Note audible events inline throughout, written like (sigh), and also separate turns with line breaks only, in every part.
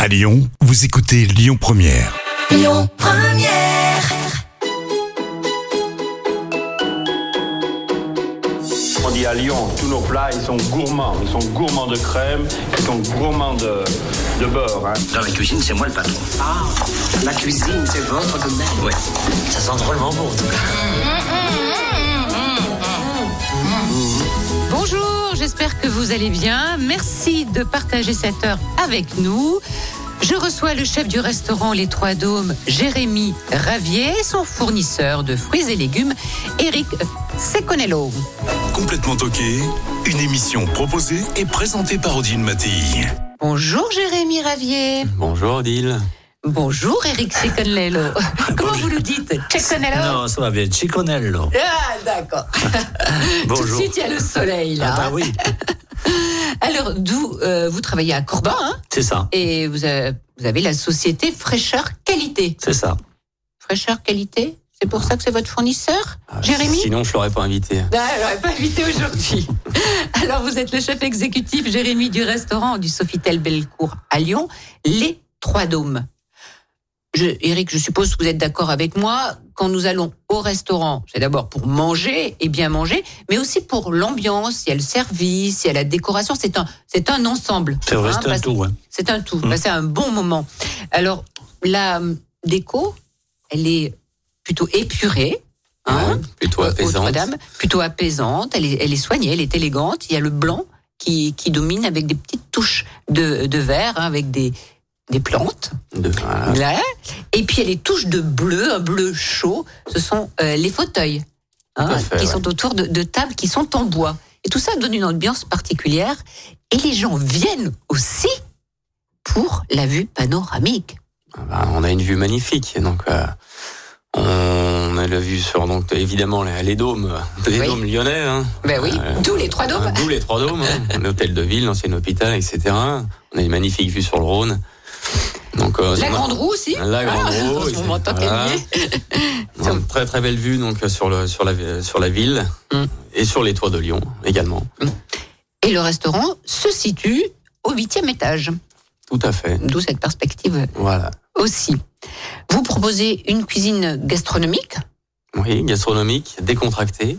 À Lyon, vous écoutez Lyon Première.
Lyon Première.
On dit à Lyon, tous nos plats, ils sont gourmands. Ils sont gourmands de crème, ils sont gourmands de, de beurre. hein.
Dans la cuisine, c'est moi le patron. Ah, la cuisine, c'est votre domaine. Ouais. Ça sent drôlement bon, en tout cas.
Bonjour, j'espère que vous allez bien. Merci de partager cette heure avec nous. Je reçois le chef du restaurant Les Trois Dômes, Jérémy Ravier, et son fournisseur de fruits et légumes, Eric Seconello.
Complètement toqué, une émission proposée et présentée par Odile Mattei.
Bonjour Jérémy Ravier.
Bonjour Odile.
Bonjour Eric
(laughs)
Seconello. Comment vous le dites Seconello
Non, ça va bien. Chiconello.
Ah
(laughs)
d'accord. Tout de
Bonjour.
suite il y a le soleil là.
Ah bah oui,
Alors d'où euh, vous travaillez à Corbin hein,
c'est ça.
et vous avez, vous avez la société Fraîcheur Qualité.
C'est ça.
fraîcheur qualité C'est pour ça que c'est votre fournisseur
Ah,
Jérémy
Sinon, je l'aurais pas invité.
Non, Bah, elle n'aurait pas invité aujourd'hui. (laughs) Alors, vous êtes le chef exécutif, Jérémy, du restaurant du Sofitel Bellecour à Lyon, Les Trois Dômes. Je, Eric, je suppose que vous êtes d'accord avec moi. Quand nous allons au restaurant, c'est d'abord pour manger et bien manger, mais aussi pour l'ambiance, il y a le service, il y a la décoration. C'est un, c'est un ensemble.
C'est
Hein,
reste un
parce-
tout. ouais.
c'est un
Mmh.
tout. Passer un bon moment. Alors, la hum, déco, elle est plutôt épurée. hein,
Ah, Ouais, plutôt
aux- aux
apaisante.
Notre-Dame, plutôt apaisante. Elle est, elle est soignée, elle est élégante. Il y a le blanc qui, qui domine avec des petites touches de, de vert, hein, avec des, des plantes.
De- ah, voilà.
Là. Et puis, il y a les touches de bleu, un bleu chaud. Ce sont euh, les fauteuils hein,
à fait,
qui
ouais.
sont autour de, de tables qui sont en bois. Et tout ça donne une ambiance particulière. Et les gens viennent aussi pour la vue panoramique.
Ah bah, on a une vue magnifique. Donc, euh, on a la vue sur donc évidemment les, les dômes, les
Oui.
dômes lyonnais. Hein.
Ben oui,
Euh,
d'où les trois dômes.
Hein, D'où les trois dômes.
(laughs)
hein. L'hôtel de ville, l'ancien hôpital, etc. On a une magnifique vue sur le Rhône. Donc, euh,
La
on a-
grande Ah, roue aussi.
La grande
(laughs)
roue,
en ce
oui,
moment, tant qu'elle y
voilà. Non,
Sur-
une très très belle vue donc euh, sur le sur la sur la ville
Mm.
et sur les toits de Lyon également.
Et le restaurant se situe au huitième étage,
Tout à fait.
d'où cette perspective
Voilà.
aussi. Vous proposez une cuisine gastronomique
Oui, gastronomique, décontracté,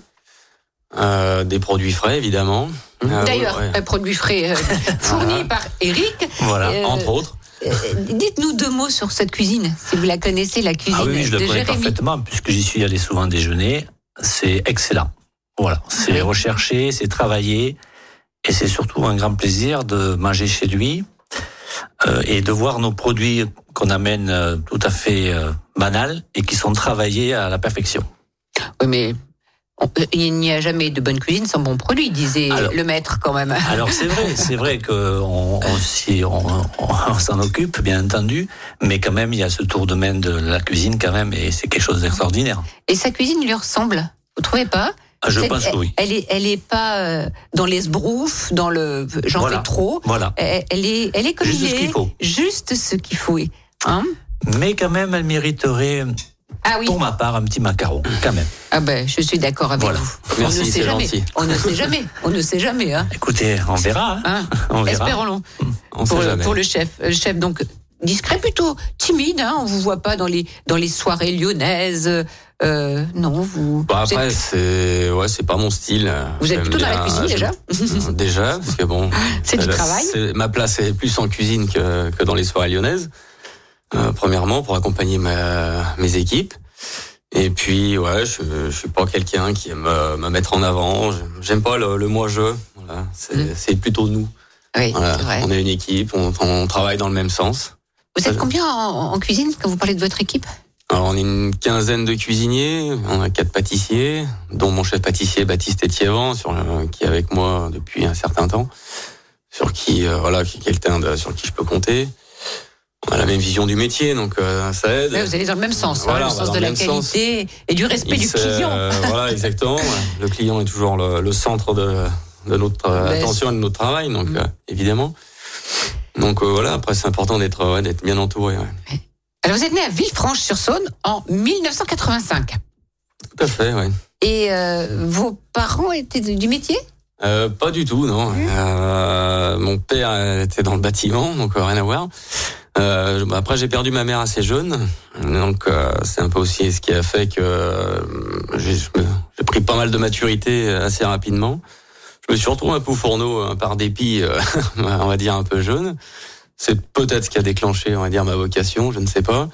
euh, des produits frais évidemment.
Ah
Euh,
Mm. D'ailleurs,
ouais,
un produit frais
(laughs)
euh, fourni par Eric.
voilà,
euh,
entre autres.
Euh, Dites-nous deux mots sur cette cuisine, si vous la connaissez, la cuisine
Ah oui, oui, je
de
la connais
Jérémy.
parfaitement, puisque j'y suis allé souvent déjeuner. C'est excellent. Voilà, c'est
Oui.
recherché, c'est travaillé, et c'est surtout un grand plaisir de manger chez lui euh, et de voir nos produits qu'on amène euh, tout à fait euh, banals et qui sont travaillés à la perfection.
Oui, mais on- euh, il n'y a jamais de bonne cuisine sans bon produit, disait
Alors-
le maître quand même.
Alors c'est vrai, c'est vrai qu'on on, s'y- on, on- on s'en occupe, bien entendu, mais quand même, il y a ce tour de main de la cuisine quand même, et c'est quelque chose d'extraordinaire.
Et sa cuisine lui ressemble, vous trouvez pas
Ah, Je
C'est-
pense que oui.
Elle est, elle est pas euh, dans l'esbrouf, dans le j'en
Voilà.
fais trop.
Voilà.
Elle elle est, elle est comme
Juste
il
ce
est,
qu'il faut.
juste ce qu'il faut. Hein
Mais quand même, elle mériterait,
ah oui.
pour ma part, un petit macaron, quand même.
Ah ben, je suis d'accord avec
Voilà.
vous. on
Merci,
ne sait
c'est
jamais.
gentil.
On ne sait jamais. On ne sait jamais.
(laughs)
Hein.
Écoutez, on verra. hein.
Hein
On verra.
Espérons-le.
On
pour,
sait
le-
jamais.
pour le chef. Euh, Le chef, donc, discret plutôt, timide, hein, on vous voit pas dans les, dans les soirées lyonnaises. euh, non, vous.
Bah,
c'est-
après c'est ouais c'est pas mon style.
Vous êtes
J'aime
plutôt dans la
bien-
cuisine, déjà (laughs)
j'aime- Déjà parce que bon.
C'est du
là,
travail.
c'est- Ma place est plus en cuisine que que dans les soirées lyonnaises. Euh, premièrement pour accompagner ma, mes équipes. Et puis ouais je je suis pas quelqu'un qui aime euh, me mettre en avant. J'aime- J'aime pas le, le moi je. Voilà, c'est
Mm.
c'est plutôt nous.
Oui,
Voilà,
c'est vrai.
on est une équipe, on, on travaille dans le même sens.
Vous êtes combien en, en cuisine quand vous parlez de votre équipe
Alors on est une quinzaine de cuisiniers, on a quatre pâtissiers, dont mon chef pâtissier Baptiste Etiévan, sur le- qui est avec moi depuis un certain temps, sur qui euh, voilà, qui est quelqu'un de- sur qui je peux compter. On a la même vision du métier, donc euh, ça aide.
Ouais, Vous allez dans le même sens, hein, le
Voilà, on va
sens
dans
de
le
la
même sens.
qualité et du respect
Il
du
sait,
client.
euh, (laughs) voilà, exactement. ouais. Le client est toujours le, le centre de, de notre euh,
Ben,
attention et de notre travail, donc
Mm.
euh, évidemment. Donc euh, voilà, après c'est important d'être ouais, d'être bien entouré. ouais.
Alors, vous êtes né à Villefranche-sur-Saône en 1985.
Tout à fait, ouais.
Et euh, vos parents étaient du du métier
Euh,
Mmh.
pas du tout, non. Euh, mon père était dans le bâtiment, donc euh, rien à voir. Euh, bah, après, j'ai perdu ma mère assez jeune, donc euh, c'est un peu aussi ce qui a fait que euh, j'ai j'ai pris pas mal de maturité euh, assez rapidement. Je me suis retrouvé un peu au fourneau euh, par dépit, euh, (laughs) on va dire un peu jeune. C'est peut-être ce qui a déclenché, on va dire, ma vocation, je ne sais pas.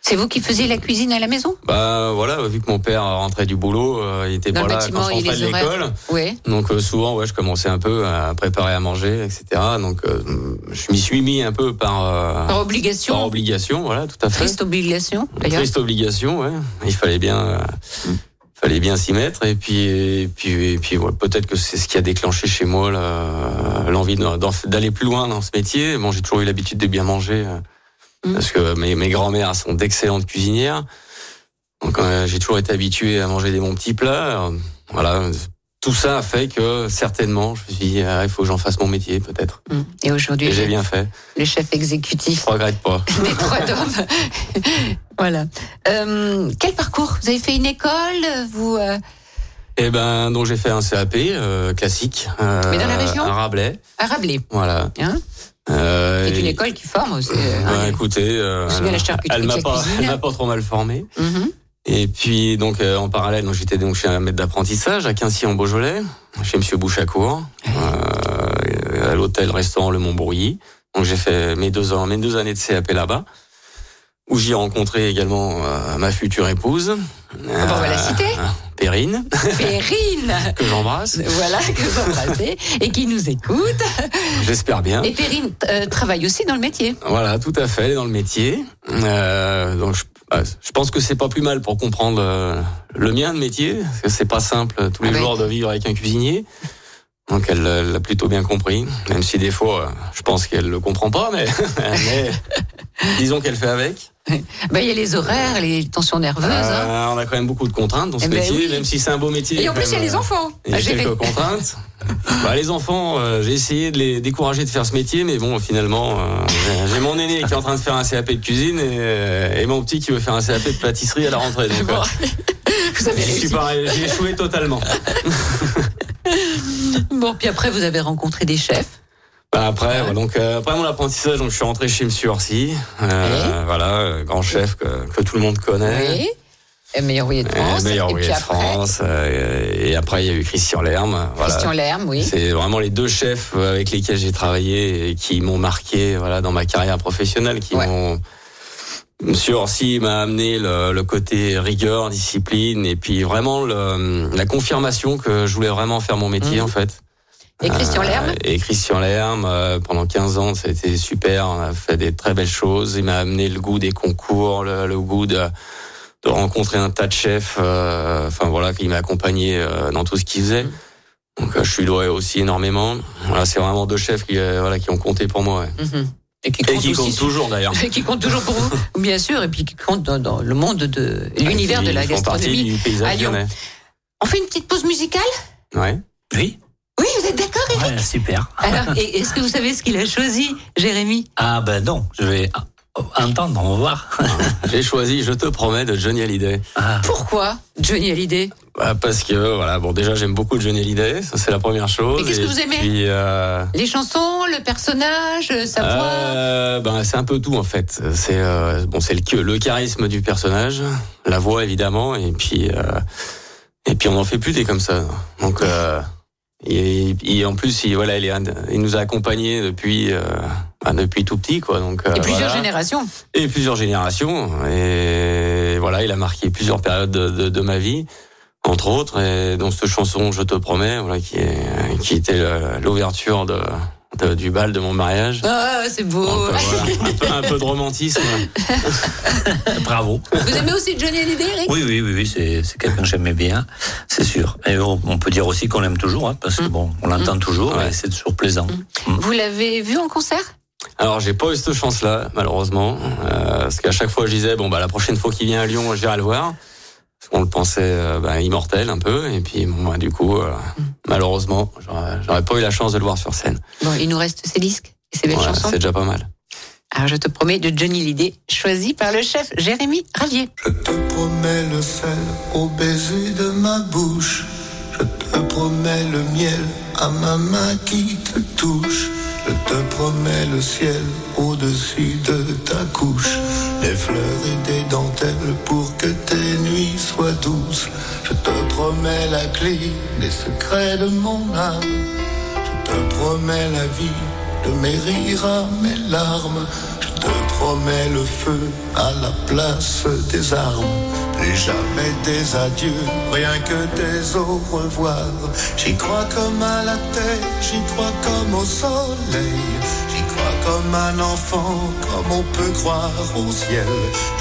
C'est vous qui faisiez la cuisine à la maison
Bah voilà, vu que mon père rentrait du boulot, euh, il était
Dans
pas
le
là
bâtiment
quand je
et
rentrais
les
de l'école.
horaires Oui.
Donc euh, souvent, ouais, je commençais un peu à préparer à manger, etc. Donc euh, je m'y suis mis un peu par, euh,
Par obligation
par obligation, voilà, tout à fait.
Triste obligation, d'ailleurs. Mm.
Triste obligation, ouais. Il fallait bien, euh, fallait bien s'y mettre. Et puis, et puis, et puis, ouais, peut-être que c'est ce qui a déclenché chez moi là, euh, l'envie d'en- d'en- d'aller plus loin dans ce métier. Bon, j'ai toujours eu l'habitude de bien manger euh,
Mm.
parce que mes, mes grands-mères sont d'excellentes cuisinières. Donc, euh, j'ai toujours été habitué à manger des bons petits plats. Euh, Voilà. Tout ça a fait que certainement, je me suis dit, ah, il faut que j'en fasse mon métier, peut-être.
Mm. Et aujourd'hui,
Et j'ai bien fait.
le chef exécutif
Je regrette pas. (laughs)
des trois tomes. (laughs) voilà. Euh, quel parcours Vous avez fait une école vous, euh,
Eh ben, donc j'ai fait un CAP euh, classique. euh,
Mais dans la région
À Rabelais,
à Rabelais
voilà.
hein
Euh,
C'est une
et-
école qui forme aussi.
Ben,
euh,
écoutez, euh,
Je suis bien la charcuterie
elle m'a
de la
pas,
cuisine.
elle m'a pas trop mal formé.
mhm.
Et puis donc euh, en parallèle, donc, j'étais donc chez un maître d'apprentissage à Quincy en Beaujolais, chez Monsieur Bouchacourt, euh, à l'hôtel restaurant Le Montbrouilly. Donc j'ai fait mes deux ans, mes deux années de CAP là-bas, où j'y ai rencontré également euh, ma future épouse,
Ah, bon, on va la
euh,
citer.
Perrine,
Perrine (laughs)
que j'embrasse.
Voilà, que vous embrassez et qui nous écoute.
J'espère bien.
Et Perrine euh, travaille aussi dans le métier.
Voilà, tout à fait, dans le métier. Euh, donc, je, bah, je pense que c'est pas plus mal pour comprendre euh, le mien de métier, parce que c'est pas simple euh, tous les
Ah oui.
jours de vivre avec un cuisinier. Donc, elle euh, l'a plutôt bien compris, même si des fois, euh, je pense qu'elle le comprend pas, mais, (laughs) mais disons qu'elle fait avec.
Ben, il y a les horaires, les tensions nerveuses. hein.
Euh, on a quand même beaucoup de contraintes dans ce
Eh ben
métier,
oui.
même si c'est un beau métier.
Et en plus, il y a
même,
les
euh,
enfants. Ah,
il y a
à gérer. (laughs)
quelques contraintes. Bah, les enfants, euh, j'ai essayé de les décourager de faire ce métier, mais bon, finalement, euh, j'ai- j'ai mon aîné qui est en train de faire un CAP de cuisine et, euh, et mon petit qui veut faire un CAP de pâtisserie à la rentrée. Donc,
Bon,
euh,
(laughs) vous avez
j'y suis
réussi.
pas arrivé, j'ai échoué totalement.
Bon, puis après, vous avez rencontré des chefs.
Bah, après, voilà, donc euh, après mon apprentissage, donc je suis rentré chez Monsieur Orsi, euh, voilà, euh, grand chef que, que tout le monde connaît.
Oui. Et meilleur ouvrier de France.
Euh, meilleur
et
ouvrier
puis
de
après,
France. euh, et après, il y a eu Christian Lerme. Voilà.
Christian Lerme, oui.
C'est vraiment les deux chefs avec lesquels j'ai travaillé et qui m'ont marqué voilà dans ma carrière professionnelle, qui
Ouais.
m'ont Monsieur Orsi m'a amené le, le côté rigueur, discipline, et puis vraiment le- la confirmation que je voulais vraiment faire mon métier
Mhm.
en fait.
Et Christian Lerme
Euh, et Christian Lerme, euh, pendant 15 ans, ça a été super. On a fait des très belles choses. Il m'a amené le goût des concours, le, le goût de, de rencontrer un tas de chefs. euh, enfin voilà, il m'a accompagné euh, dans tout ce qu'il faisait. Donc euh, je suis loué aussi énormément. Voilà, c'est vraiment deux chefs qui, euh, voilà, qui ont compté pour moi. ouais.
Mhm. Et qui
Et qui
aussi
comptent
sur-
toujours d'ailleurs.
(laughs) Et qui compte toujours pour
(laughs)
vous, bien sûr, et puis qui compte dans, dans le monde de l'univers de la
Ils font partie
gastronomie.
du paysage
à Lyon.
lyonnais.
On fait une petite pause musicale
Ouais.
Oui,
Oui, vous êtes d'accord Eric
Ouais, super.
Ah.
Alors, et- est-ce que vous savez ce qu'il a choisi, Jérémy
Ah ben non, je vais ah, entendre, on va voir.
J'ai choisi, je te promets, de Johnny Hallyday.
Ah,
Pourquoi Johnny Hallyday
Bah, parce que voilà, bon déjà j'aime beaucoup Johnny Hallyday, ça c'est la première chose.
Et qu'est-ce que vous aimez
puis, euh,
Les chansons, le personnage, euh, sa voix
Euh, ben, c'est un peu tout en fait. C'est euh, bon, c'est le, le charisme du personnage, la voix évidemment, et puis euh, et puis on en fait plus des comme ça. Donc euh, et, et en plus, il, voilà, il, est un- il nous a accompagnés depuis euh, ben, depuis tout petit quoi. Donc euh,
Et plusieurs
voilà.
générations.
Et plusieurs générations. Et voilà, il a marqué plusieurs périodes de, de- de ma vie, entre autres, et dont cette chanson "Je te promets", voilà, qui est qui était le- l'ouverture de- de, du bal de mon mariage.
Ah, c'est beau.
Donc, euh, voilà, un, peu, (laughs) un peu de romantisme.
bravo.
Vous aimez aussi Johnny Hallyday, Eric
Oui, oui, oui, oui c'est c'est quelqu'un que j'aimais bien, c'est sûr. Et on, on peut dire aussi qu'on l'aime toujours, hein, parce que bon, on l'entend toujours
Ouais.
et c'est toujours plaisant.
Vous l'avez vu en concert
Alors j'ai pas eu cette chance-là, malheureusement, euh, parce qu'à chaque fois je disais bon bah la prochaine fois qu'il vient à Lyon, j'irai le voir. Parce qu'on le pensait euh, bah, immortel un peu, et puis bon, bah, du coup, euh, malheureusement, j'aurais j'aurais pas eu la chance de le voir sur scène.
Bon, il nous reste ses disques et ses belles
Voilà,
chansons.
c'est déjà pas mal.
Alors, je te promets, de Johnny Hallyday, choisi par le chef Jérémy Ravier.
Je te promets le sel au baiser de ma bouche. Je te promets le miel à ma main qui te touche. Je te promets le ciel au-dessus de ta couche, des fleurs et des dentelles pour que tes nuits soient douces. Je te promets la clé des secrets de mon âme. Je te promets la vie de mes rires à mes larmes. Je te promets le feu à la place des armes. Plus jamais des adieux, rien que des au revoir. J'y crois comme à la terre, j'y crois comme au soleil. J'y crois comme un enfant, comme on peut croire au ciel.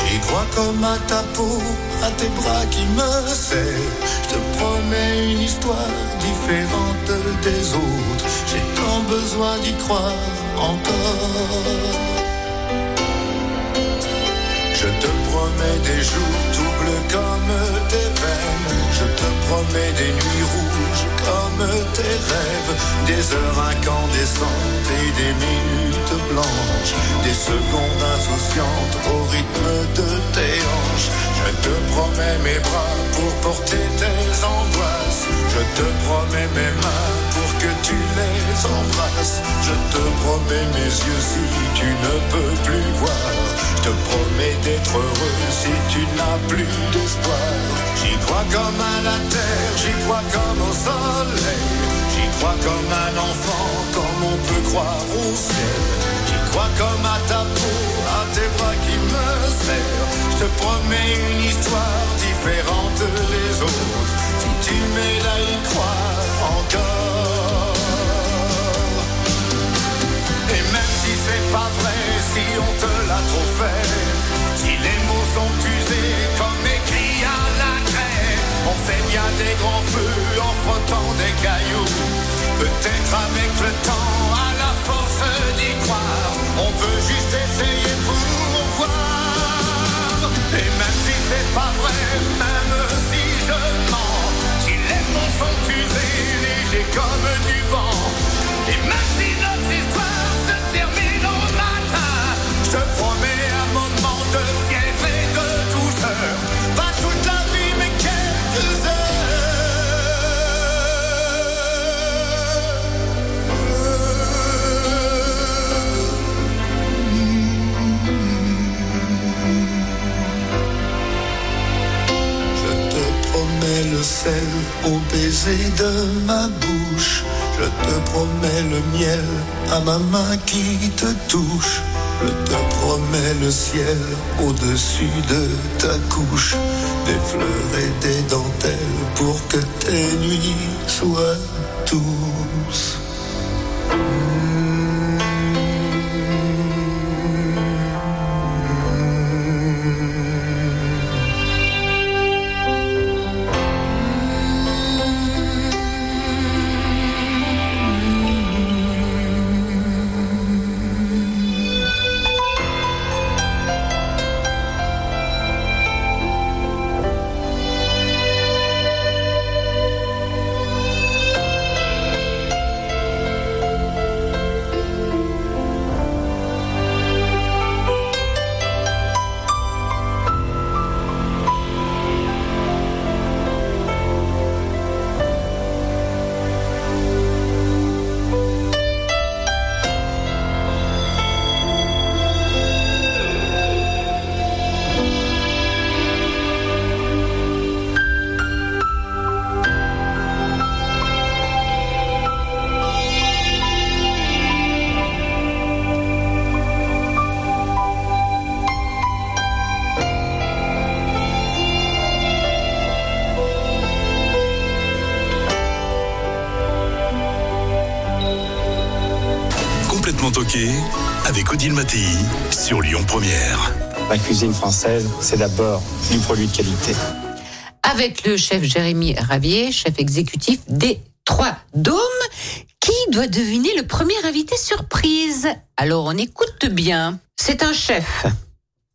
J'y crois comme à ta peau, à tes bras qui me serrent. Je te promets une histoire différente des autres. J'ai tant besoin d'y croire encore. Je te promets des jours doubles comme tes veines. Je te promets des nuits rouges comme tes rêves. Des heures incandescentes et des minutes blanches. Des secondes insouciantes au rythme de tes hanches. Je te promets mes bras pour porter tes angoisses. Je te promets mes mains pour que tu les embrasses. Je te promets mes yeux si tu ne peux plus voir. Je te promets d'être heureux si tu n'as plus d'espoir. J'y crois comme à la terre, j'y crois comme au soleil. J'y crois comme un enfant, comme on peut croire au ciel. J'y crois comme à ta peau, à tes bras qui me serrent. Je te promets une histoire différente des autres. Si tu m'aides à y croire encore. Et même si c'est pas vrai, si on te l'a trop fait, si les mots sont usés comme écrits à la craie, on fait bien des grands feux en frottant des cailloux. Peut-être avec le temps, à la force d'y croire, on peut juste essayer pour voir. Et même si c'est pas vrai, même si je mens, si les mots sont usés, légers comme du vent, et même si notre histoire se termine au matin, je te promets un moment de fièvre et de douceur. Pas toute la vie, mais quelques heures. Je te promets le sel au baiser de ma bouche. Je te promets le miel à ma main qui te touche. Je te promets le ciel au-dessus de ta couche. Des fleurs et des dentelles pour que tes nuits soient douces.
Complètement toqué avec Odile Mattei sur Lyon Première.
La cuisine française, c'est d'abord du produit de qualité.
avec le chef Jérémy Ravier, chef exécutif des Trois Dômes, qui doit deviner le premier invité surprise. Alors on écoute bien. C'est un chef,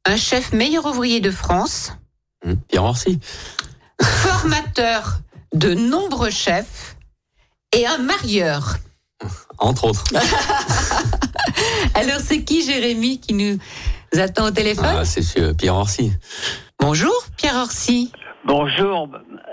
un chef meilleur ouvrier de France, (laughs)
Hmm, Pierre Orsi.
formateur de nombreux chefs et un marieur.
Entre autres.
Alors c'est qui Jérémy qui nous attend au téléphone
Ah, c'est chez Pierre euh, Orsi.
Bonjour Pierre Orsi.
Bonjour.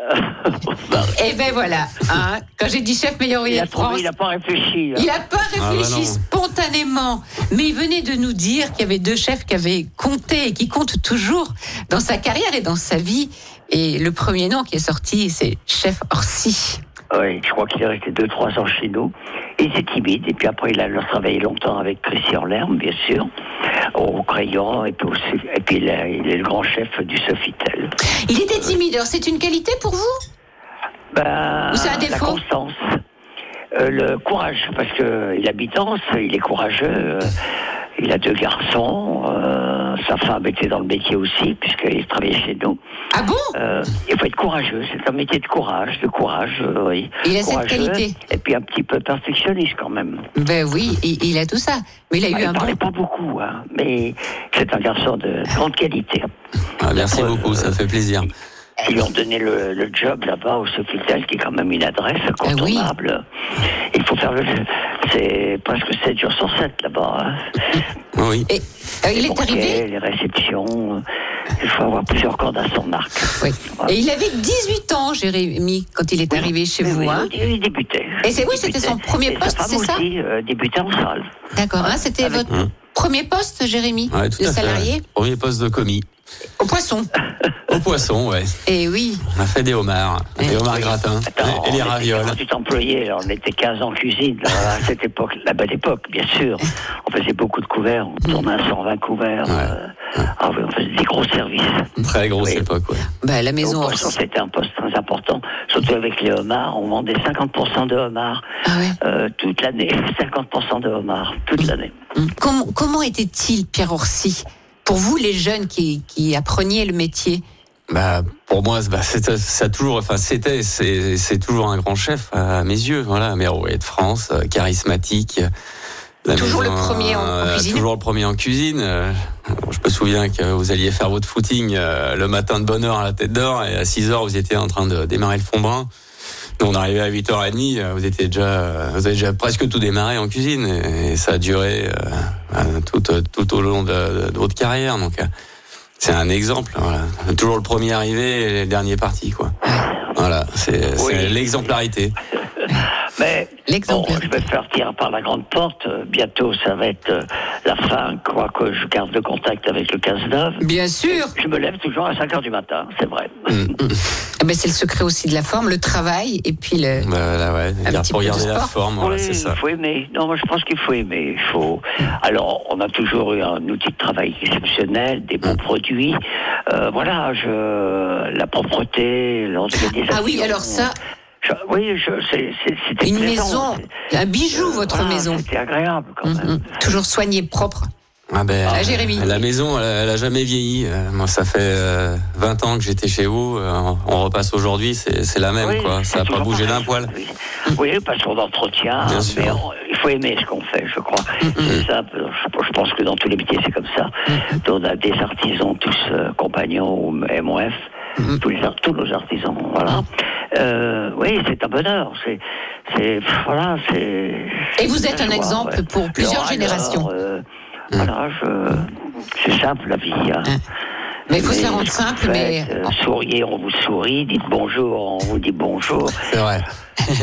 (laughs) Et ben voilà, hein, quand j'ai dit chef meilleur
Il
de
a, trouvé,
France,
il a pas réfléchi. hein. là.
il n'a pas
bah
réfléchi
non.
spontanément, mais il venait de nous dire qu'il y avait deux chefs qui avaient compté et qui comptent toujours dans sa carrière et dans sa vie. Et le premier nom qui est sorti, c'est Chef Orsi.
Oui, je crois qu'il est resté 2-3 ans chez nous. Il était timide, et puis après, il a alors travaillé longtemps avec Christian Lerme, bien sûr, au crayon, et puis, aussi- et puis il, a- il est le grand chef du Sofitel.
Il
Euh.
était timide, alors c'est une qualité pour vous
Ben,
Ou c'est un
la
défaut
constance. Euh, le courage, parce que il habite Anse, il est courageux. euh, il a deux garçons. euh, sa femme était dans le métier aussi, puisqu'il travaillait chez nous.
Ah bon
Euh, il faut être courageux. C'est un métier de courage, de courage, euh, oui.
Il a cette
Courageux,
qualité.
Et puis un petit peu perfectionniste quand même.
Ben oui, il, il a tout ça. Mais il a
Ah,
eu
il
un
parlait
bon...
pas beaucoup, hein, mais c'est un garçon de grande qualité.
Ah, merci
Euh,
beaucoup, ça fait plaisir.
Ils lui ont donné le, le job là-bas au Sofitel, qui est quand même une adresse
Ah
incontournable. Il faut faire le. C'est presque 7 jours sur 7 là-bas. hein.
Ah Oui.
Et, euh, il
Les
est
banquets,
arrivé
Les réceptions. Il faut avoir plusieurs cordes à son arc.
Oui.
Voilà.
Et il avait 18 ans, Jérémy, quand il est arrivé chez
Oui,
vous.
oui,
hein.
oui, Il débutait.
Et c'est- oui,
Il
c'était
débutait.
son premier
Et sa
poste,
femme
c'est ça
aussi, euh, débutait en salle.
D'accord, hein, c'était
Avec-
votre premier poste, Jérémy,
Ouais, tout
de
à fait,
salarié
ouais. Premier poste de commis.
Au poisson.
Au poisson, ouais.
Eh oui.
On a fait des homards.
Eh,
Des homards gratins.
Attends,
Et les
on était
ravioles.
48 employés, alors on était 15 en cuisine là, à cette époque, la belle époque, bien sûr. On faisait beaucoup de couverts, on
Mm.
tournait à 120 couverts. euh, ah oui, on faisait des gros services.
Très grosse
Oui.
époque, ouais.
Bah, la
Au
maison
poisson,
Orsi.
C'était un poste très important, surtout avec les homards. On vendait 50% de homards
Ah ouais.
euh, toute l'année, (laughs) 50% de homards toute l'année.
Hum. Comment, comment était-il, Pierre Orsi Pour vous, les jeunes qui, qui appreniez le métier
Bah, pour moi, c'est- bah, c'était, ça a toujours, enfin, c'était, c'est, c'est toujours un grand chef à mes yeux. Voilà, merouet de France, euh, charismatique. La
Toujours le premier en- en
euh,
cuisine.
Toujours le premier en cuisine. Euh, bon, je me souviens que vous alliez faire votre footing euh, le matin de bonne heure à la tête d'or et à 6 heures, vous étiez en train de démarrer le fond brun. Nous, on arrivait à 8h30, euh, vous étiez déjà, euh, vous avez déjà presque tout démarré en cuisine et, et ça a duré euh, euh, tout, euh, tout au long de, de- de votre carrière. Donc, euh, c'est un exemple. Voilà. Toujours le premier arrivé et le dernier parti, quoi. Voilà, c'est
Oui.
c'est l'exemplarité.
Mais bon,
L'exemple.
je vais me faire tirer par la grande porte. Euh, Bientôt, ça va être euh, la fin. Quoique je garde le contact avec le 15-9.
Bien sûr.
Je me lève toujours à 5 heures du matin, c'est vrai.
Eh ben, c'est le secret aussi de la forme, le travail et puis le.
Voilà, Bah, ouais. Regarde,
petit
pour
peu de
regarder la
sport.
forme, voilà,
Oui,
c'est ça.
Il faut aimer. Non, moi je pense qu'il faut aimer. Il faut. Alors, on a toujours eu un outil de travail exceptionnel, des
Mm.
bons produits. Euh, voilà, je... la propreté, l'organisation.
Ah oui, alors ça,
Je- Oui, je... c'est- c'est- c'était
une
plaisant.
maison, un bijou, votre
Voilà,
maison.
C'était agréable quand même.
Hum, toujours soignée, propre.
Ah ben,
Ah, Jérémy.
La maison, elle, elle a jamais vieilli. Euh, Moi, ça fait euh, 20 ans que j'étais chez vous. Euh, on- on repasse aujourd'hui, c'est c'est la même,
Oui,
quoi.
c'est
Ça a pas
toujours
bougé
pareil.
d'un poil.
Oui, Oui, parce qu'on entretient,
Bien
mais
sûr. Mm,
on- il faut aimer ce qu'on fait, je crois. C'est ça, je, je pense que dans tous les métiers, c'est comme ça.
mm.
On a des artisans, tous euh, compagnons ou MOF,
Mm,
tous, les, ar- tous nos artisans, voilà. Euh, oui, c'est un bonheur. C'est, c'est, voilà, c'est.
Et vous êtes
c'est
un
la joie,
exemple
ouais.
pour plusieurs
Le
générations.
râleur, euh,
Mm.
Voilà, je- c'est simple la vie. hein.
Mais il faut se la
Mais
rendre
ce que vous
simple, mais.
faites, euh, souriez, on vous sourit, dites bonjour, on vous dit bonjour.
C'est vrai.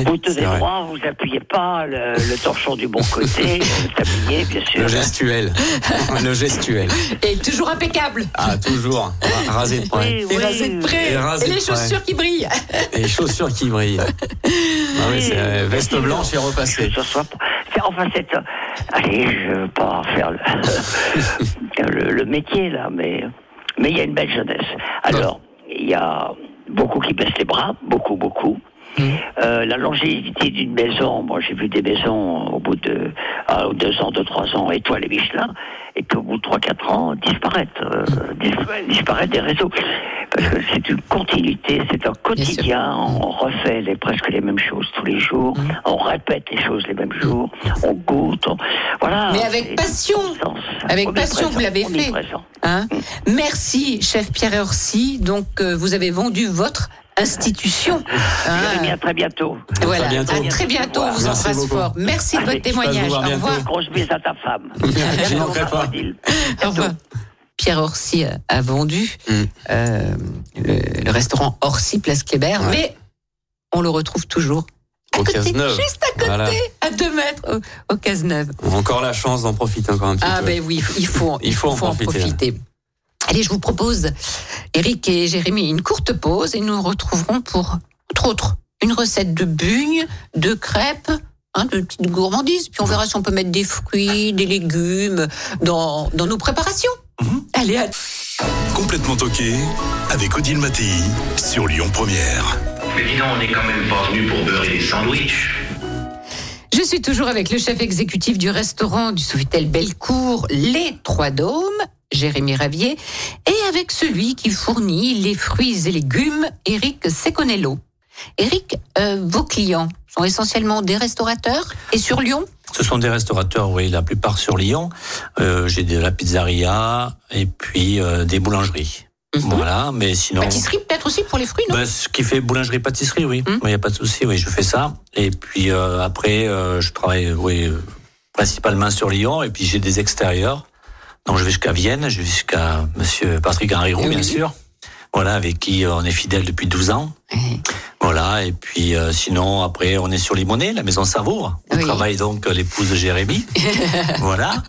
Vous tenez
vrai.
droit, vous appuyez pas, le, le torchon du bon
(laughs)
côté, le tablier, bien sûr.
Le gestuel.
(laughs)
Le gestuel.
Et toujours impeccable.
Ah, toujours. Ra- Rasé de près.
Oui, oui,
rasé de près.
Et rasé
Et
de
les
près.
chaussures qui brillent.
Et les chaussures qui brillent. Ah oui, c'est euh, veste blanche
(laughs)
et repassée.
que ce soit pas- c'est- Enfin, c'est. euh, Allez, je veux pas faire le, le- le métier, là, mais mais il y a une belle jeunesse. Alors, il y a beaucoup qui baissent les bras, beaucoup, beaucoup. Euh, la longévité d'une maison, moi j'ai vu des maisons au bout de ah, deux ans, deux, trois ans, étoiles et Michelin, et qu'au bout de trois, quatre ans, disparaître, euh, dis- disparaître des réseaux. Parce que c'est une continuité, c'est un quotidien, on refait les, presque les mêmes choses tous les jours,
Mm.
on répète les choses les mêmes jours, on goûte, on- voilà.
Ah, Mais avec
c'est-
passion.
sens.
Avec
On est
passion, vous
présent,
l'avez
on est
fait.
présent.
Hein Merci, chef Pierre Orsi. Donc, euh, vous avez vendu votre institution. Hein,
Jérémy, à très bientôt.
voilà.
À bientôt.
À très bientôt. On vous
Merci
embrasse
beaucoup.
fort. Merci de
Allez,
votre témoignage.
je passe vous voir
Au revoir.
Grosse bise à ta femme.
Je manquerai pas.
Au revoir. Pierre Orsi a- a vendu
Mm.
euh, le, le restaurant Orsi Place Kléber,
Ouais.
mais on le retrouve toujours à
Au
côté,
15-9.
juste à côté,
Voilà.
à deux mètres, au, au Cazeneuve.
On a encore la chance d'en profiter encore un petit
Ah
peu.
ben oui, il faut,
Il faut en profiter.
Allez, je vous propose, Eric et Jérémy, une courte pause et nous nous retrouverons pour, entre autres, une recette de bugnes, de crêpes, hein, de petites gourmandises. Puis on verra si on peut mettre des fruits, des légumes dans, dans nos préparations.
Mhm.
Allez, à
Complètement toqué avec Odile Mattei sur Lyon Première.
Mais dis donc, on n'est quand même pas venu pour beurrer des sandwichs.
Je suis toujours avec le chef exécutif du restaurant du Sofitel Bellecour, Les Trois Dômes, Jérémy Ravier, et avec celui qui fournit les fruits et légumes, Eric Seconello. Eric, euh, vos clients sont essentiellement des restaurateurs et sur Lyon
Ce sont des restaurateurs, oui, la plupart sur Lyon. Euh, J'ai de la pizzeria et puis euh, des boulangeries. Voilà, mais sinon.
Pâtisserie peut-être aussi pour les fruits, non
Ben, ce qui fait boulangerie-pâtisserie, oui.
Hmm.
Il n'y a pas de souci, oui, je fais ça. Et puis euh, après, euh, je travaille oui, euh, principalement sur Lyon. Et puis j'ai des extérieurs. Donc je vais jusqu'à Vienne, je vais jusqu'à Monsieur Patrick Henry Roux,
Oui.
bien sûr. Voilà, avec qui euh, on est fidèle depuis 12 ans.
Eh,
Voilà, et puis euh, sinon, après, on est sur Limonée, la maison Savour. On
Oui.
travaille donc euh, l'épouse
(laughs)
de Jérémy. voilà.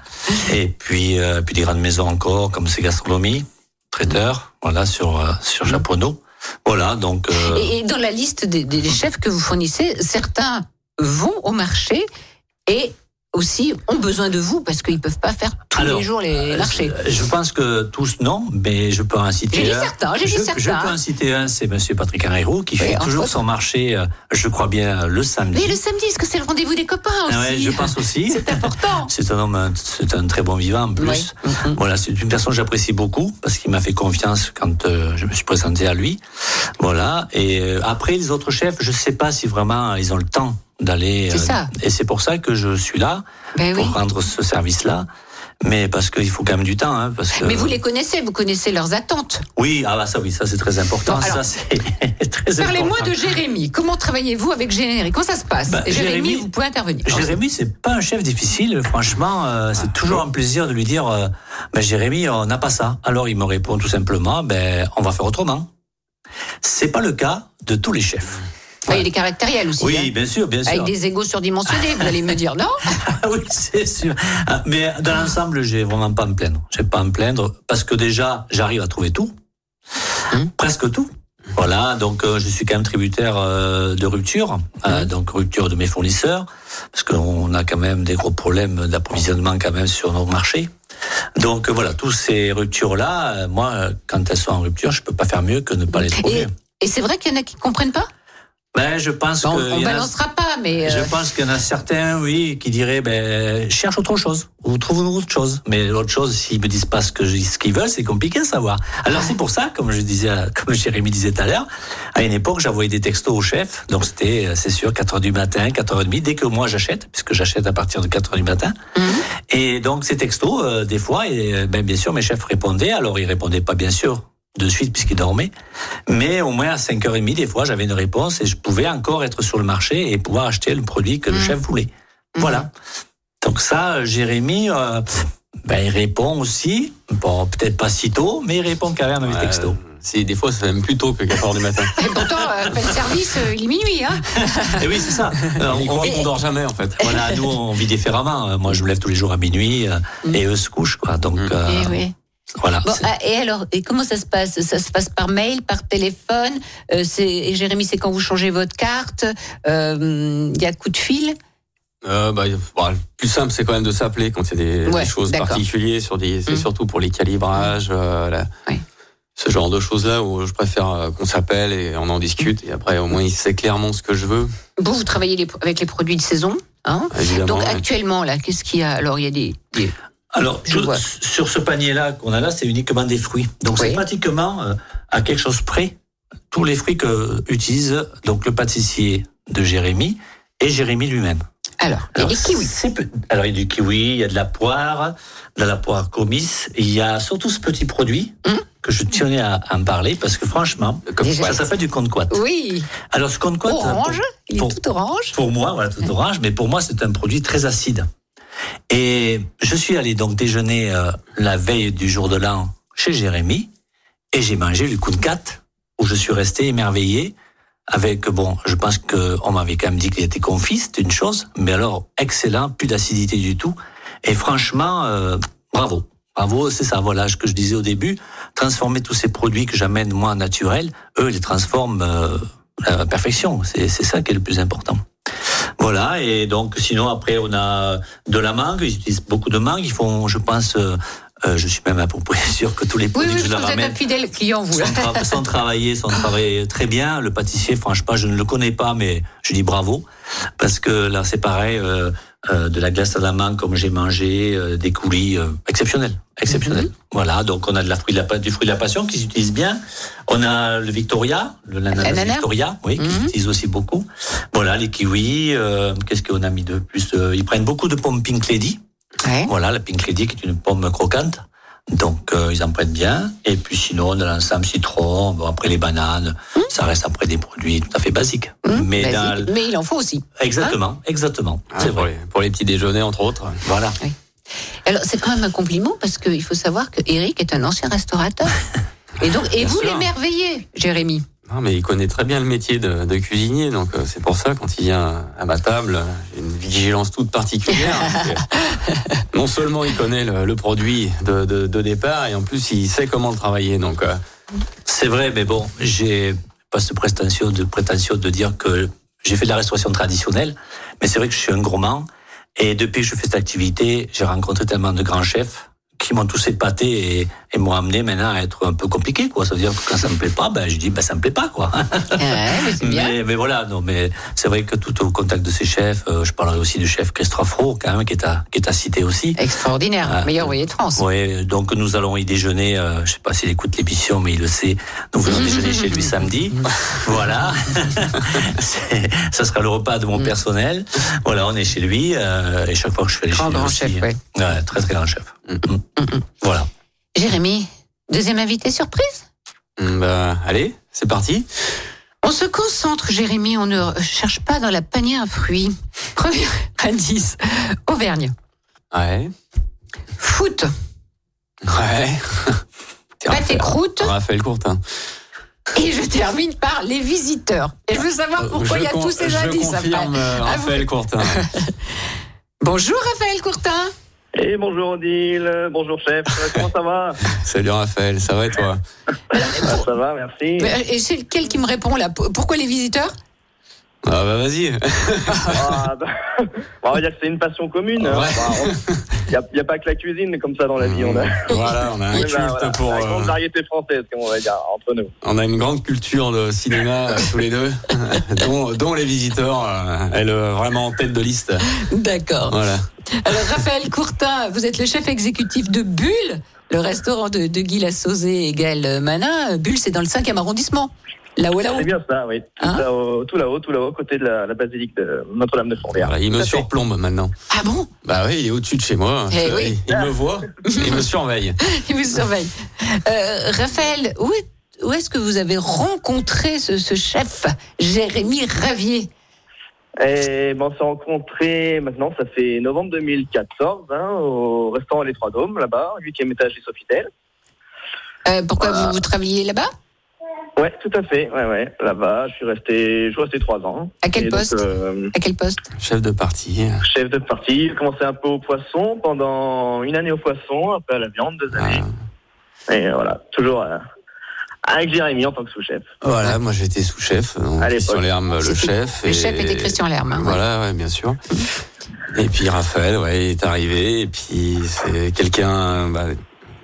Et puis, euh, puis des grandes maisons encore, comme c'est Gastronomie, Traiteur, voilà, sur, euh, sur Japonneau. Voilà, donc. euh,
Et, et dans la liste des, des- des chefs que vous fournissez, certains vont au marché et aussi ont besoin de vous parce qu'ils ne peuvent pas faire tous
Alors,
les jours les marchés.
Euh, Je pense que tous non, mais je peux en citer
J'ai dit
un.
certains, j'ai dit
je,
certains.
je peux en citer un, c'est Monsieur Patrick Henriot qui fait
entre
toujours
autres.
son marché, euh, je crois bien, le samedi.
Mais le samedi, est-ce que c'est le rendez-vous des copains aussi
Ah ouais, je pense
(laughs)
aussi.
C'est important.
C'est un homme, euh, c'est un très bon vivant en plus.
Ouais. Mhm.
Voilà, c'est une personne que j'apprécie beaucoup parce qu'il m'a fait confiance quand euh, je me suis présenté à lui. Voilà. Et euh, après, les autres chefs, je ne sais pas si vraiment euh, ils ont le temps d'aller. euh,
C'est ça.
Et c'est pour ça que je suis là
Ben oui.
pour rendre ce service-là. Mais parce qu'il faut quand même du temps, hein, parce que.
Mais vous les connaissez, vous connaissez leurs attentes.
Oui, ah bah ça oui, ça c'est très important.
Bon, alors,
ça c'est (laughs) très
Parlez-moi
important.
de Jérémy. Comment travaillez-vous avec Jérémy Comment ça se passe
Bah,
Et Jérémy,
Jérémy-
vous pouvez intervenir.
Jérémy, c'est pas un chef difficile. Franchement, euh, c'est toujours un plaisir de lui dire, euh, Ben, Jérémy, on n'a pas ça. Alors il me répond tout simplement, ben on va faire autrement. C'est pas le cas de tous les chefs.
Ah, Il y a des caractériels aussi.
Oui,
hein.
bien sûr, bien sûr.
Avec des égos surdimensionnés, vous allez me dire non
Ah oui, (laughs) c'est sûr. Ah, Mais dans l'ensemble, j'ai vraiment pas à me plaindre. J'ai pas à me plaindre parce que déjà, j'arrive à trouver tout.
Hmm.
Presque tout. Voilà, donc euh, je suis quand même tributaire euh, de rupture, euh,
Hmm.
donc rupture de mes fournisseurs, parce qu'on a quand même des gros problèmes d'approvisionnement quand même sur nos marchés. Donc euh, voilà, toutes ces ruptures-là, euh, moi, euh, quand elles sont en rupture, je peux pas faire mieux que ne pas les
Et, (laughs)
trouver.
et c'est vrai qu'il y en a qui ne comprennent pas
Ben, je pense
Bon,
que
On
il y en a-
balancera pas, mais. euh,
je pense qu'il y en a certains, oui, qui diraient, ben, cherche autre chose, ou trouve une autre chose. Mais l'autre chose, s'ils me disent pas ce que je- ce qu'ils veulent, c'est compliqué à savoir. Alors c'est pour ça, comme je disais, (laughs) à- comme Jérémy disait tout à l'heure, à une époque, j'envoyais des textos au chef, donc c'était, euh, c'est sûr, 4 heures du matin, 4 heures et demie, dès que moi j'achète, puisque j'achète à partir de 4 heures du matin. Et donc ces textos, euh, des fois, et, euh, ben, bien sûr, mes chefs répondaient, alors ils répondaient pas, bien sûr de suite puisqu'ils dormaient, mais au moins à 5h30 des fois j'avais une réponse et je pouvais encore être sur le marché et pouvoir acheter le produit
Mm.
que le chef voulait.
Mm-hmm.
Voilà. Donc ça, euh, Jérémy, euh, ben, il répond aussi, bon peut-être pas si tôt, mais il répond quand même à mes
Ouais,
textos.
Si, des fois, c'est même plus tôt
(laughs)
que 4h du matin.
Et pourtant, euh, pas de service, euh, il est minuit. Hein
(laughs) Et oui, c'est
(laughs)
ça. Euh,
On y
on-
croit qu'on dort jamais, en fait.
voilà, nous on vit différemment. Euh, Moi, je me lève tous les jours à minuit euh, et eux se couchent, quoi. Donc euh,
Eh Mm. oui.
voilà.
Bon,
c'est-
ah, et alors, et comment ça se passe Ça se passe par mail, par téléphone euh, c'est- et Jérémy, c'est quand vous changez votre carte euh, Il y a coup de fil
Euh, bah, bah, le plus simple, c'est quand même de s'appeler quand c'est des, des
Ouais,
choses
d'accord.
particulières. Sur des, c'est
Mm.
surtout pour les calibrages, euh, la-
Oui.
ce genre de choses-là où je préfère euh, qu'on s'appelle et on en discute. Et après, au moins, il sait clairement ce que je veux.
Vous, vous travaillez les- avec les produits de saison. Hein
Évidemment.
Donc
ouais.
actuellement, là, qu'est-ce qu'il y a Alors, il y a des... des-
Alors,
Je
tout-
vois.
sur ce panier-là qu'on a là, c'est uniquement des fruits. Donc,
Oui.
c'est pratiquement euh, à quelque chose près tous les fruits que utilise donc le pâtissier de Jérémy et Jérémy lui-même.
Alors, il y a des kiwis.
c'est peu- Alors, il y a du kiwi, il y a de la poire, de la poire comice. Il y a surtout ce petit produit que je tenais à, à en parler parce que franchement,
Comme
Hmm. Déjà-
quoi,
ça s'appelle du conquat.
Oui,
Alors, ce conquat,
orange. Il est
pour-
tout orange.
pour moi, voilà, tout orange, mais pour moi, c'est un produit très acide. Et je suis allé donc déjeuner euh, la veille du jour de l'an chez Jérémy et j'ai mangé le kunkat où je suis resté émerveillé avec bon, je pense que on m'avait quand même dit qu'il était confit, c'est une chose, mais alors excellent, plus d'acidité du tout et franchement euh, bravo. Bravo, c'est ça, voilà ce que je disais au début. Transformer tous ces produits que j'amène moi naturels, eux, ils les transforment euh, à la perfection. C'est c'est ça qui est le plus important. Voilà, et donc sinon après on a de la mangue, ils utilisent beaucoup de mangue, ils font, je pense, euh, euh, je suis même à peu près (laughs) sûr que tous les
Oui,
produits
oui,
que je
parce
leur
que vous êtes
ramène
un fidèle client, vous. là.
sans, tra- sans travailler, sans travailler très bien. Le pâtissier, franchement, je ne le connais pas, mais je dis bravo parce que là, c'est pareil, euh, euh, de la glace à la main comme j'ai mangé, euh, des coulis euh, exceptionnels, exceptionnels. Voilà, donc on a de la fruit de la, pa- du fruit de la passion qui s'utilise bien. On a le Victoria, le l'ananas
L'ananas.
Victoria, oui, qui s'utilise aussi beaucoup. Voilà, les kiwis. euh, Qu'est-ce qu'on a mis de plus Euh, Ils prennent beaucoup de pommes Pink Lady.
Ouais.
Voilà, la Pink Lady qui est une pomme croquante. Donc, euh, ils en prennent bien. Et puis, sinon, on a l'ensemble citron, bon, après les bananes. Ça reste après des produits tout à fait basiques. Mais,
Vas-y.
dans le-
Mais il en faut aussi.
exactement, exactement. C'est
pour,
vrai.
les, pour les petits déjeuners, entre autres.
Voilà.
Alors, c'est quand même un compliment parce qu'il faut savoir que Eric est un ancien (laughs) restaurateur. Et donc, et
Bien
vous
sûr.
l'émerveillez, Jérémy.
Non, mais il connaît très bien le métier de, de cuisinier, donc euh, c'est pour ça quand il vient à ma table, euh, j'ai une vigilance toute
(laughs)
particulière. parce que non seulement il connaît le, le produit de, de- de départ, et en plus il sait comment le travailler. Donc euh,
C'est vrai, mais bon, j'ai pas ce prétention de, prétention de dire que j'ai fait de la restauration traditionnelle, mais c'est vrai que je suis un gourmand. Et depuis que je fais cette activité, j'ai rencontré tellement de grands chefs qui m'ont tous épaté et, et m'ont amené maintenant à être un peu compliqué, quoi. Ça veut dire que quand ça me plaît pas, ben, je dis, ben, ça me plaît pas, quoi.
Ouais, Eh, mais c'est bien.
Mais, mais voilà, non, mais c'est vrai que tout au contact de ces chefs, euh, je parlerai aussi du chef Christophe Roux, quand même, qui est à, qui est à citer aussi.
Extraordinaire.
Ah.
Meilleur voyer de France.
Ouais, donc nous allons y déjeuner. euh, je sais pas s'il écoute l'émission, mais il le sait.
(laughs)
Nous voulons déjeuner chez lui samedi. voilà. (laughs) C'est- ça sera le repas
Mm.
de mon personnel. Voilà, on est chez lui. euh, et chaque fois que je suis allé
Grand,
chez lui
Oh, grand
aussi,
chef, ouais.
ouais, Très, très grand chef. Voilà.
Jérémy, deuxième invité surprise
hum, bah, allez, c'est parti.
On se concentre, Jérémy, on ne cherche pas dans la panière à fruits. Premier indice, Auvergne.
Ouais,
Foot,
ouais. C'est
pâté
Raphaël,
croûte,
Raphaël Courtin.
et je termine par les visiteurs. Et je veux savoir pourquoi
Euh, Je
il y a
con-
tous ces
je
indices après.
confirme, euh,
Ah, vous-
Raphaël Courtin.
Bonjour Raphaël Courtin.
Eh,
Et bonjour Odile, bonjour
(laughs)
chef, comment ça va
Salut Raphaël, ça va et toi
Ah, Ça va, merci.
Euh, Et c'est lequel qui me répond là Pourquoi les visiteurs
Ah bah vas-y.
Ah, bah, on va dire que c'est une passion commune. hein.
Ouais.
Bah,
(laughs)
Il n'y a, il y a pas que la cuisine comme ça dans la vie. On a,
Mm.
voilà, on a un
on a,
culte
voilà,
pour.
la
euh,
grande variété française, comme on va dire, entre nous.
On a une grande culture de cinéma euh, tous les deux, (laughs) dont, dont les visiteurs, euh, elle euh, vraiment en tête de liste.
D'accord.
Voilà.
Alors, Euh, Raphaël Courtin, vous êtes le chef exécutif de Bulle, le restaurant de, de Guy Lassauzé et Gaël Manin. Bulle, c'est dans le 5e arrondissement. Là-haut, là-haut.
C'est bien ça, oui. Tout
Hein
là-haut, tout là-haut, tout là-haut, côté de la, la basilique de Notre-Dame de Fourvière.
Voilà, il me
Tout à fait.
surplombe maintenant.
Ah bon
Bah oui, il est au-dessus de chez moi.
Eh
Je-
oui.
Il me voit, il me surveille.
Il vous surveille. Euh, Raphaël, où, est, ce que vous avez rencontré ce, ce chef, Jérémy Ravier
Et ben, on s'est rencontrés maintenant, ça fait novembre 2014, hein, au restaurant Les Trois Dômes, là-bas, 8e étage du Sofitel.
Euh, Pourquoi
Ah.
vous, vous travaillez là-bas
Ouais, tout à fait, ouais, ouais. Là-bas, je suis resté, je suis resté trois ans.
À quel
Et donc,
poste
euh,
À quel poste
Chef de parti.
Chef de partie, j'ai commencé un peu au poisson, pendant une année au poisson, un peu à la viande, deux années.
Ah.
Et voilà, toujours euh, avec Jérémy en tant que sous-chef.
Voilà, moi j'étais sous-chef. donc
À l'époque.
Christian Lerme, le
C'était-
chef.
Le
et-
chef était Christian Lerme. hein, ouais.
Voilà, ouais, bien sûr. Et puis Raphaël, ouais, il est arrivé. Et puis c'est quelqu'un bah,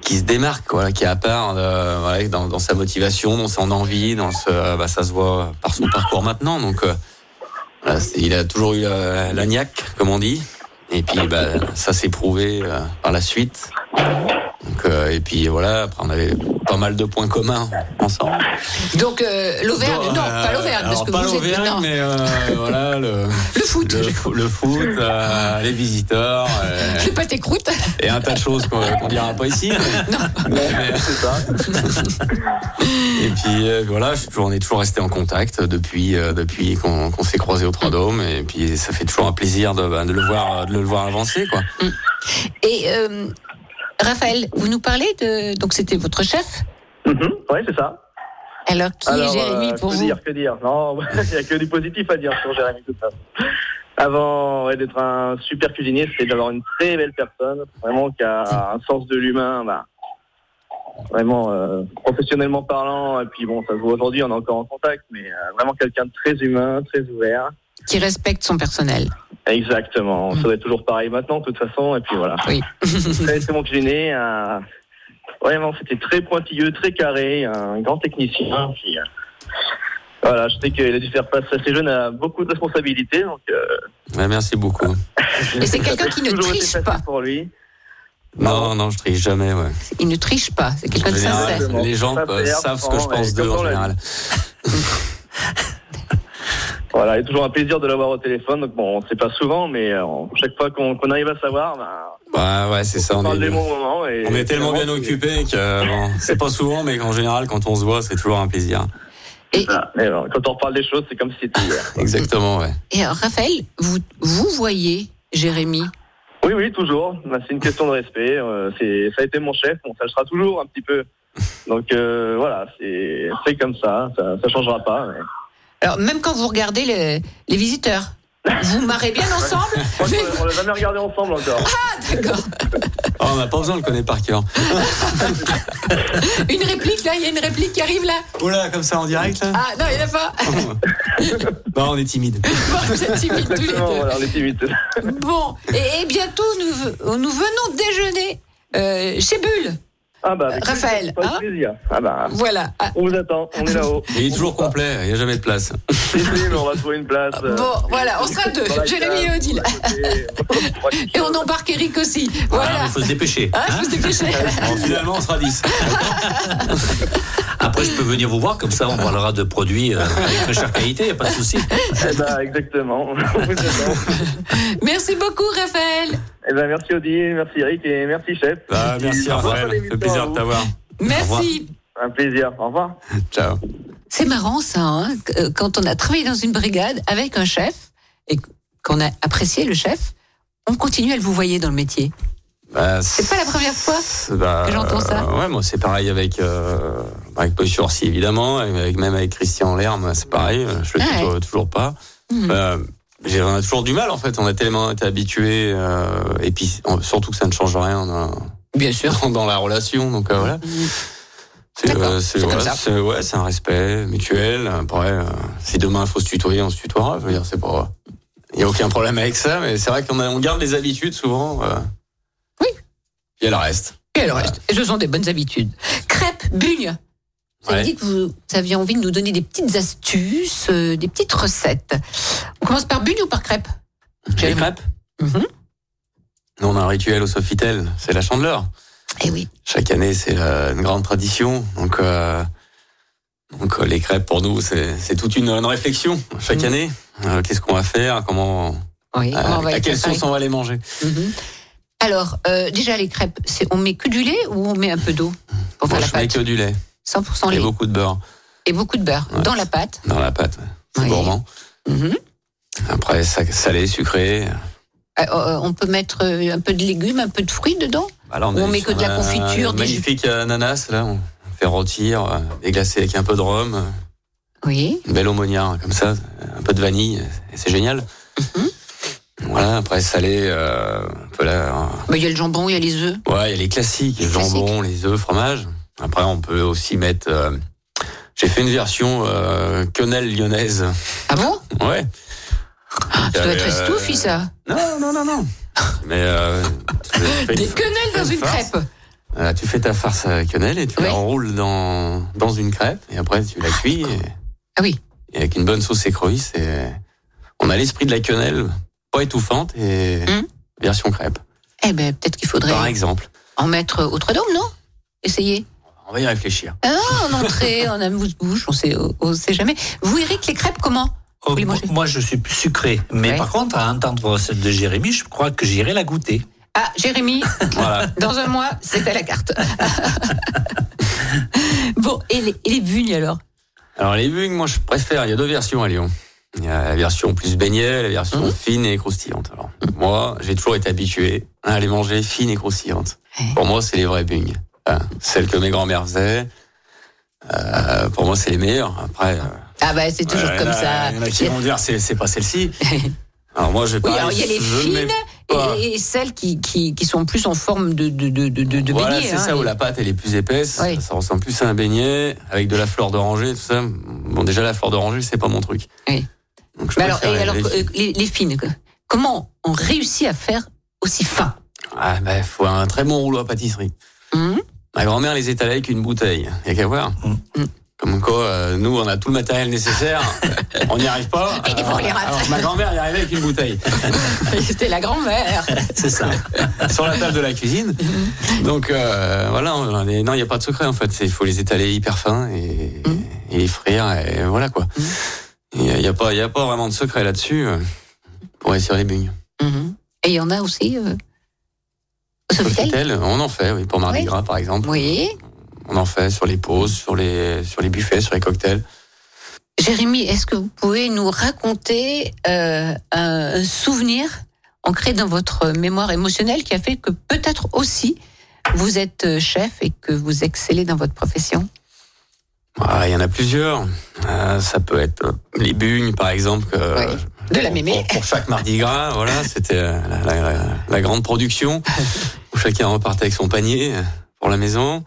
qui se démarque, voilà, qui est à part euh, voilà, dans, dans sa motivation, dans son envie, dans ce, bah, ça se voit par son parcours maintenant. Donc, euh, voilà, c'est- il a toujours eu euh, la niaque, comme on dit. Et puis, bah, ça s'est prouvé euh, par la suite. Donc, euh, et puis voilà, après on avait pas mal de points communs ensemble.
Donc euh, l'Auvergne,
Bon,
non,
euh,
pas l'Auvergne, parce
alors,
que
pas
vous êtes.
l'Auvergne,
non.
mais euh, voilà le,
le foot,
le, fo- le foot, euh, les visiteurs euh,
(laughs) Le pâté croûte.
et un tas de choses qu'on qu'on dira pas ici. mais- mais- et puis euh, voilà, je suis toujours- on est toujours resté en contact depuis euh, depuis qu'on qu'on s'est croisés au Trois Dômes et puis ça fait toujours un plaisir de, bah, de le voir de le voir avancer quoi.
Et euh, Raphaël, vous nous parlez de. Donc c'était votre chef
Mhm,
Oui, c'est ça.
Alors qui
Alors,
est Jérémy
euh,
pour
que
vous
dire, que dire Non, (laughs) il n'y a que du positif à dire sur Jérémy tout ça. Avant ouais, d'être un super cuisinier, c'est d'avoir une très belle personne, vraiment qui a un sens de l'humain, bah, vraiment euh, professionnellement parlant. Et puis bon, ça se voit aujourd'hui, on est encore en contact, mais euh, vraiment quelqu'un de très humain, très ouvert.
Qui respecte son personnel.
Exactement, ça doit être toujours pareil maintenant, de toute façon, et puis voilà.
Mm.
(laughs)
Oui.
c'est mon cuisinier. euh, vraiment, c'était très pointilleux, très carré, un grand technicien. Puis, euh, voilà, je sais qu'il a dû faire face assez jeune à beaucoup de responsabilités, donc euh,
Ouais, merci beaucoup.
Et c'est quelqu'un qui ne triche pas.
pour lui.
Non non, je triche jamais. Ouais.
Il ne triche pas. C'est quelqu'un de
En général,
sincère.
les gens euh,
Sincère,
savent ce que je
franc, et
pense d'eux en
comme on l'a
général.
Voilà, il est toujours un plaisir de l'avoir au téléphone. Donc bon, on sait pas souvent, mais euh, on- chaque fois qu'on qu'on arrive à savoir, bah,
Ouais, ouais, c'est ça.
on
On
parle des
est,
bons moments. Et,
on est tellement bien occupé que euh, bon, c'est pas souvent, mais en général, quand on se voit, c'est toujours un plaisir.
Voilà, mais bon, quand on parle des choses, c'est comme si c'était euh, hier.
Exactement, ouais.
Et alors, Raphaël, vous, vous voyez Jérémy
Oui, oui, toujours. Là, C'est une question de respect. Euh, c'est, ça a été mon chef. Bon, ça le sera toujours un petit peu. Donc euh, voilà, c'est, c'est comme ça. Ça, ça changera pas. mais-
Alors, même quand vous regardez le- les visiteurs, vous marrez bien ensemble
(laughs) Je crois qu'on- on l'a jamais regardé ensemble encore.
D'accord.
Oh, on n'a pas besoin, on le connaît par cœur.
Une réplique, là, il y a une réplique qui arrive, là
Oula, comme ça en
(laughs)
direct, là
Ah, non, il n'y en a pas
Non, on est timide.
Bon, vous êtes timides tous les deux.
Exactement. Voilà, on est timide.
Bon, et, et bientôt, nous, ve- nous venons déjeuner euh, chez Bulle.
Ah bah, avec
Raphaël,
plaisir,
hein
avec plaisir. Ah bah,
Voilà. Ah,
on vous attend. On est là-haut.
Il est toujours complet, il n'y a jamais de place.
Désolé, mais on va trouver une place. euh,
Bon, voilà, on sera deux,
dans la
Jérémy
cave,
et Odile.
à côté.
Et on embarque Eric aussi. Voilà.
Ah,
Ah,
Il faut se dépêcher.
Hein, faut se dépêcher.
Bon, finalement, on sera 10.
Après, je peux venir vous voir, comme
(laughs)
ça, on parlera de produits euh, avec très chère qualité, il n'y a pas de souci.
Eh bah, exactement. On vous attend.
Merci beaucoup, Raphaël.
Eh ben, merci Odile, merci Eric et merci chef.
Ah, merci, Raphaël. Ça fait plaisir de t'avoir.
revoir.
Merci.
Un plaisir. Au revoir.
Ciao.
C'est marrant ça, hein, que- euh, quand on a travaillé dans une brigade avec un chef et qu'on a apprécié le chef, on continue à le vous voyez dans le métier.
Bah,
C'est pas la première fois
bah,
que j'entends ça.
euh, ouais, moi, c'est pareil avec, euh, avec Paul Sursi, évidemment. et Avec, même avec Christian Lerme, c'est pareil. euh, Je
Ah
le fais
ouais.
toujours, toujours pas.
Mhm.
Euh, j'ai- on a toujours du mal, en fait. On a tellement été habitués. euh, et puis, on- surtout que ça ne change rien dans,
Bien sûr.
(laughs)
Hmm.
dans- dans la relation. Donc, euh, voilà. C'est
D'accord,
euh,
c'est
c'est-
comme
voilà,
ça.
c'est- ouais, c'est un respect mutuel. Après, euh, si demain il faut se tutoyer, on se tutoiera. Je veux dire, c'est pas. Il n'y a aucun problème avec ça, mais c'est vrai qu'on a- on garde les habitudes souvent. euh.
Oui.
Et le reste.
Et alors, ce sont des bonnes habitudes. Crêpes, bugnes. Vous avez
Ouais.
dit que vous aviez envie de nous donner des petites astuces, euh, des petites recettes. On commence par bugne ou par crêpe
Les crêpes
Mhm.
Nous, on a un rituel au Sofitel, c'est la chandeleur.
Eh oui.
Chaque année, c'est euh, une grande tradition. Donc, euh, donc euh, les crêpes, pour nous, c'est c'est toute une, une réflexion chaque
Mhm.
année. Euh, Qu'est-ce qu'on va faire Comment,
Oui,
euh,
on va
À
les
quelle
préparer.
sauce on va les manger
Mhm. Alors, euh, déjà, les crêpes, c'est on met que du lait ou on met un peu d'eau pour
Moi,
faire la
Je mets
pâte
que du lait
100%
et
lait
beaucoup de beurre.
et beaucoup de beurre
Ouais.
dans la pâte.
dans la pâte. ouais. C'est
Oui.
gourmand.
Mhm.
Après, sac- salé, sucré.
Euh, euh, on peut mettre euh, un peu de légumes, un peu de fruits dedans.
Bah là,
On
a-
met que de la
a
confiture,
un
des jus.
Magnifique euh, ananas, là. On fait rôtir, euh, déglacé avec un peu de rhum, euh,
Oui.
une belle aumônière, comme ça, un peu de vanille, et c'est génial.
Mhm.
Voilà, après, salé, euh, un peu là. euh,
Bah, Il y a le jambon, il y a les œufs.
Ouais, il y a les classiques, le
Classique.
jambon, les œufs, fromage. Après, on peut aussi mettre. euh, j'ai fait une version euh, quenelle lyonnaise. (laughs)
Ah bon
Ouais.
Ah, Ça doit être
Euh,
estouffi, ça.
Non, non,
(laughs)
non, non. Mais euh, tu fais
Des
fa-
quenelles
fais
dans une
farce.
crêpe.
Voilà, tu fais ta farce à quenelle et tu
Oui.
la enroules dans, dans une crêpe et après tu la cuis. Et,
Ah oui.
et avec une bonne sauce écrevisse, et on a l'esprit de la quenelle, pas étouffante et
Hum.
version crêpe,
Eh ben, peut-être qu'il faudrait.
par exemple.
en mettre au Trois-Dômes, non Essayez.
On va y réfléchir.
Ah, en entrée, en amuse-bouche, on sait, on sait jamais. Vous, Eric, les crêpes, comment
Oh, moi, moi, je suis plus sucré. Mais par contre, à entendre celle de Jérémy, je crois que j'irai la goûter.
Ah, Jérémy,
Voilà.
(laughs) dans un mois, c'est à la carte. (laughs) bon, et les, et les bugnes, alors
Alors les bugnes, moi je préfère. Il y a deux versions à Lyon. Il y a la version plus beignet, la version
Hmm.
fine et croustillante. Alors moi, j'ai toujours été habitué à les manger fines et croustillantes. Pour moi, c'est les vraies bugnes. Enfin, celles que mes grands-mères faisaient. Euh, pour moi, c'est les meilleures. Après, euh,
Ah bah, c'est toujours
ouais,
comme
il y en a-
ça.
Il y en a qui vont dire c'est c'est
(laughs)
pas celle-ci. Alors moi, je
Oui, alors il y a les
fines.
fines et, et celles qui, qui, qui sont plus en forme de, de, de, de, de
voilà,
beignet,
c'est
hein,
ça, où
et-
la pâte elle est plus épaisse, ça ressemble plus à un beignet, avec de la fleur d'oranger, tout ça. Bon, déjà, la fleur d'oranger, c'est pas mon truc.
Oui.
Donc, je
Mais alors,
préfère
et
les-
alors,
les
euh,
fines.
les, les fines, quoi. comment on réussit à faire aussi fin
Ah, bah, faut un très bon rouleau à pâtisserie.
Hmm
Ma grand-mère les étalait avec une bouteille. Il y a qu'à voir.
Mm.
Comme quoi, euh, nous, on a tout le
(laughs)
matériel nécessaire, on n'y arrive pas.
Et des
Alors,
bourrelets rates.
alors, ma grand-mère y arrivait avec une bouteille.
(laughs) C'était la grand-mère.
C'est ça. (laughs) Sur la table de la cuisine. Donc euh, voilà, on en est- non, il n'y a pas de secret en fait. C'est- Il faut les étaler hyper fins et,
Mm.
et les frire et voilà quoi. Il n'y a, il y a pas, il y a pas vraiment de secret là-dessus euh, pour réussir les bugnes.
Mhm. Et il y en a aussi euh, au Sofitel
Cocktail, on en fait, oui, pour Mardi
Oui.
Gras par exemple.
Oui.
On en fait sur les pauses, sur les, sur les buffets, sur les cocktails.
Jérémy, est-ce que vous pouvez nous raconter euh, un, un souvenir ancré dans votre mémoire émotionnelle qui a fait que peut-être aussi vous êtes euh, chef et que vous excellez dans votre profession
Ah, Il y en a plusieurs. Euh, ça peut être euh, les bugnes, par exemple. que-
De la mémé
Pour chaque Mardi Gras, voilà, c'était euh, la, la- la- la grande production où chacun repartait avec son panier euh, pour la maison.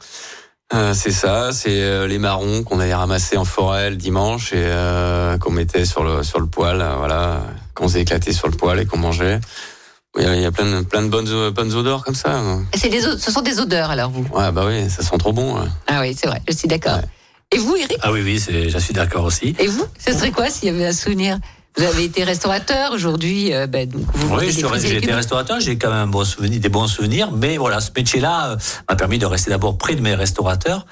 Euh, c'est ça, c'est euh, les marrons qu'on allait ramasser en forêt le dimanche et euh, qu'on mettait sur le sur le poêle, euh, voilà, qu'on faisait éclater sur le poêle et qu'on mangeait. Il y a, il y a plein de plein de bonnes o- bonnes odeurs comme ça.
C'est des o- Ce sont des odeurs alors vous
Ouais, bah oui, ça sent trop bon. ouais.
Ah oui, c'est vrai, je suis d'accord. Et vous, Eric
Ah oui, oui, c'est- je suis d'accord aussi.
Et vous Ce serait quoi s'il y avait un souvenir Vous avez été restaurateur aujourd'hui, euh, ben, donc vous vendez
Oui,
des
je suis-
fruits et
j'ai été
légumes.
restaurateur, j'ai quand même un bon souvenir, des bons souvenirs, mais voilà, ce métier-là euh, m'a permis de rester d'abord près de mes restaurateurs,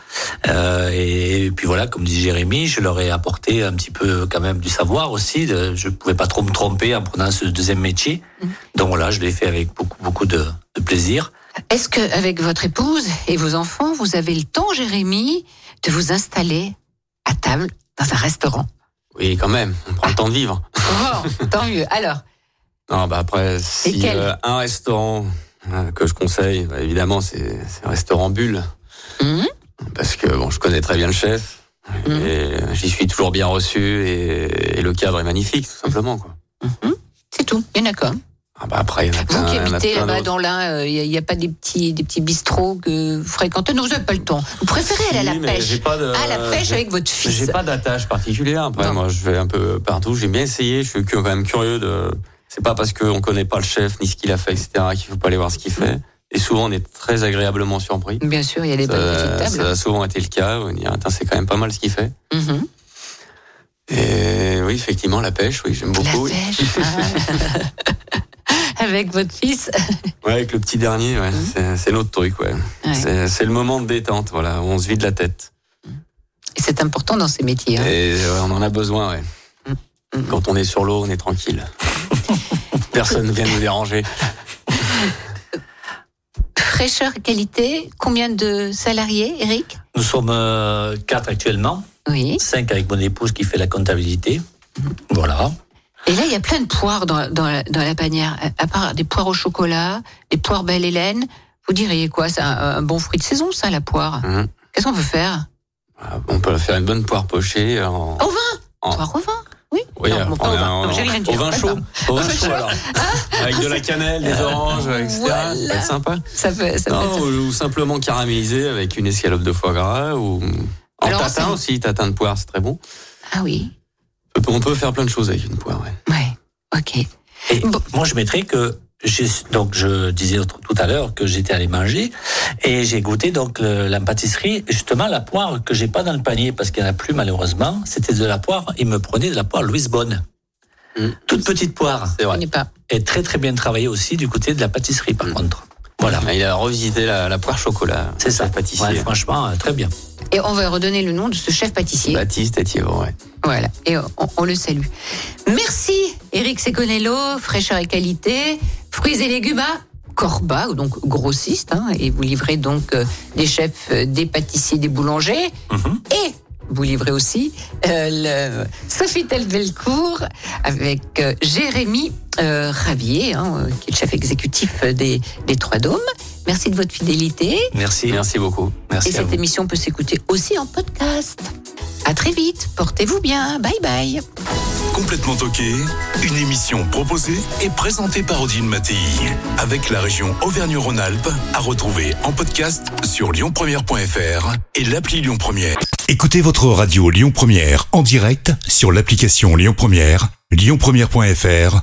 euh, et, puis voilà, comme dit Jérémy, je leur ai apporté un petit peu quand même du savoir aussi, de- je pouvais pas trop me tromper en prenant ce deuxième métier,
Mhm.
donc voilà, je l'ai fait avec beaucoup, beaucoup de, de plaisir.
Est-ce que avec votre épouse et vos enfants, vous avez le temps, Jérémy, de vous installer à table dans un restaurant
Oui, quand même, on prend le temps de vivre.
Oh, tant mieux. Alors,
Non, bah après, si
quel
euh, un restaurant euh, que je conseille, bah, évidemment, c'est c'est Restaurant Bulle.
hum,
Parce que bon, je connais très bien le chef.
Mhm.
Et euh, j'y suis toujours bien reçu et, et le cadre est magnifique, tout simplement. Quoi.
c'est tout. Il y en a qu'un.
Ah bah après, il y en a plein,
Vous qui
il y en a
habitez
plein
là-bas
d'autres.
dans l'Ain, il n'y a, pas des petits, des petits bistrots que vous fréquentez Non, vous n'avez pas le temps. Vous préférez aller à
Oui,
la
mais
pêche
j'ai pas de-
À la pêche
j'ai-
avec votre fils.
J'ai pas d'attache particulière. Après, moi, je vais un peu partout. J'ai bien essayé. Je suis cu- quand même curieux de. C'est pas parce qu'on connaît pas le chef ni ce qu'il a fait, etc., qu'il faut pas aller voir ce qu'il fait. Et souvent, on est très agréablement surpris.
Bien sûr, il y a Mm. des bonnes petites
Ça,
tables.
ça a souvent été le cas. On dit, Attends, c'est quand même pas mal ce qu'il fait.
Mhm.
Et oui, effectivement, la pêche, oui, j'aime beaucoup. oui.
Ah.
(laughs)
(laughs) Avec votre fils.
Ouais, avec le petit dernier, ouais, c'est- c'est notre truc, ouais.
Mhm. Ouais.
C'est c'est le moment de détente, voilà, où on se vide la tête.
C'est important dans ces métiers. hein.
Et ouais, on en a besoin, ouais.
Mm.
Quand on est sur l'eau, on est
(laughs)
tranquille. Personne ne vient nous déranger.
Fraîcheur, qualité, combien de salariés, Eric
Nous sommes euh, quatre actuellement,
Oui.
cinq avec mon épouse qui fait la comptabilité, voilà.
Et là, il y a plein de poires dans, dans la, dans la panière. À à part des poires au chocolat, des poires belle hélène, vous diriez quoi C'est un, un bon fruit de saison, ça, la poire
Mhm.
Qu'est-ce qu'on peut faire
On peut faire une bonne poire pochée euh, en.
Au vin
en-
Poire au vin
Oui, euh,
Non, bon,
on
pas au
a
vin.
un-
Non, j'ai rien dit.
au vin
Attends.
chaud. Au vin chaud, alors. Avec de la cannelle, des oranges, etc.
Voilà.
Ça va être sympa.
Ah. Ça peut, ça peut
Non,
être-
ou, ou simplement caramélisé avec une escalope de foie gras ou en
Alors,
tatin
c'est-
aussi, tatin de poire, c'est très bon.
Ah oui,
On peut- On peut faire plein de choses avec une poire, ouais.
ok.
Et moi, je mettrais que j'ai- donc je disais autre- tout à l'heure que j'étais allé manger et j'ai goûté donc le- la pâtisserie justement la poire que j'ai pas dans le panier parce qu'il y en a plus malheureusement c'était de la poire il me prenait de la poire Louise Bonne toute petite poire
Mmh. C'est vrai. Mmh.
On n'est pas.
et très très bien travaillée aussi du côté de la pâtisserie par contre Voilà.
Il a revisité la, la poire chocolat.
C'est ça.
Pâtissier.
Ouais, franchement, euh, très bien.
Et on va redonner le nom de ce chef pâtissier.
Baptiste Etievant, ouais.
Voilà, et on, on le salue. Merci, Eric Seconello, fraîcheur et qualité, fruits et légumes à Corba, donc grossiste, hein, et vous livrez donc euh, des chefs, euh, des pâtissiers, des boulangers,
Mhm.
et vous livrez aussi euh, le Sofitel Belcourt avec euh, Jérémy euh, Ravier, hein, euh, qui est le chef exécutif euh, des, des Trois Dômes. Merci de votre fidélité.
Merci.
Merci beaucoup.
Merci
et
à
cette
vous.
émission peut s'écouter aussi en podcast. À très vite. Portez-vous bien. Bye bye.
Complètement toqué, une émission proposée et présentée par Odile Mattei. Avec la région Auvergne-Rhône-Alpes, à retrouver en podcast sur lyonpremière.fr et l'appli Lyon Première.
Écoutez votre radio Lyon Première en direct sur l'application Lyon Première, lyonpremière.fr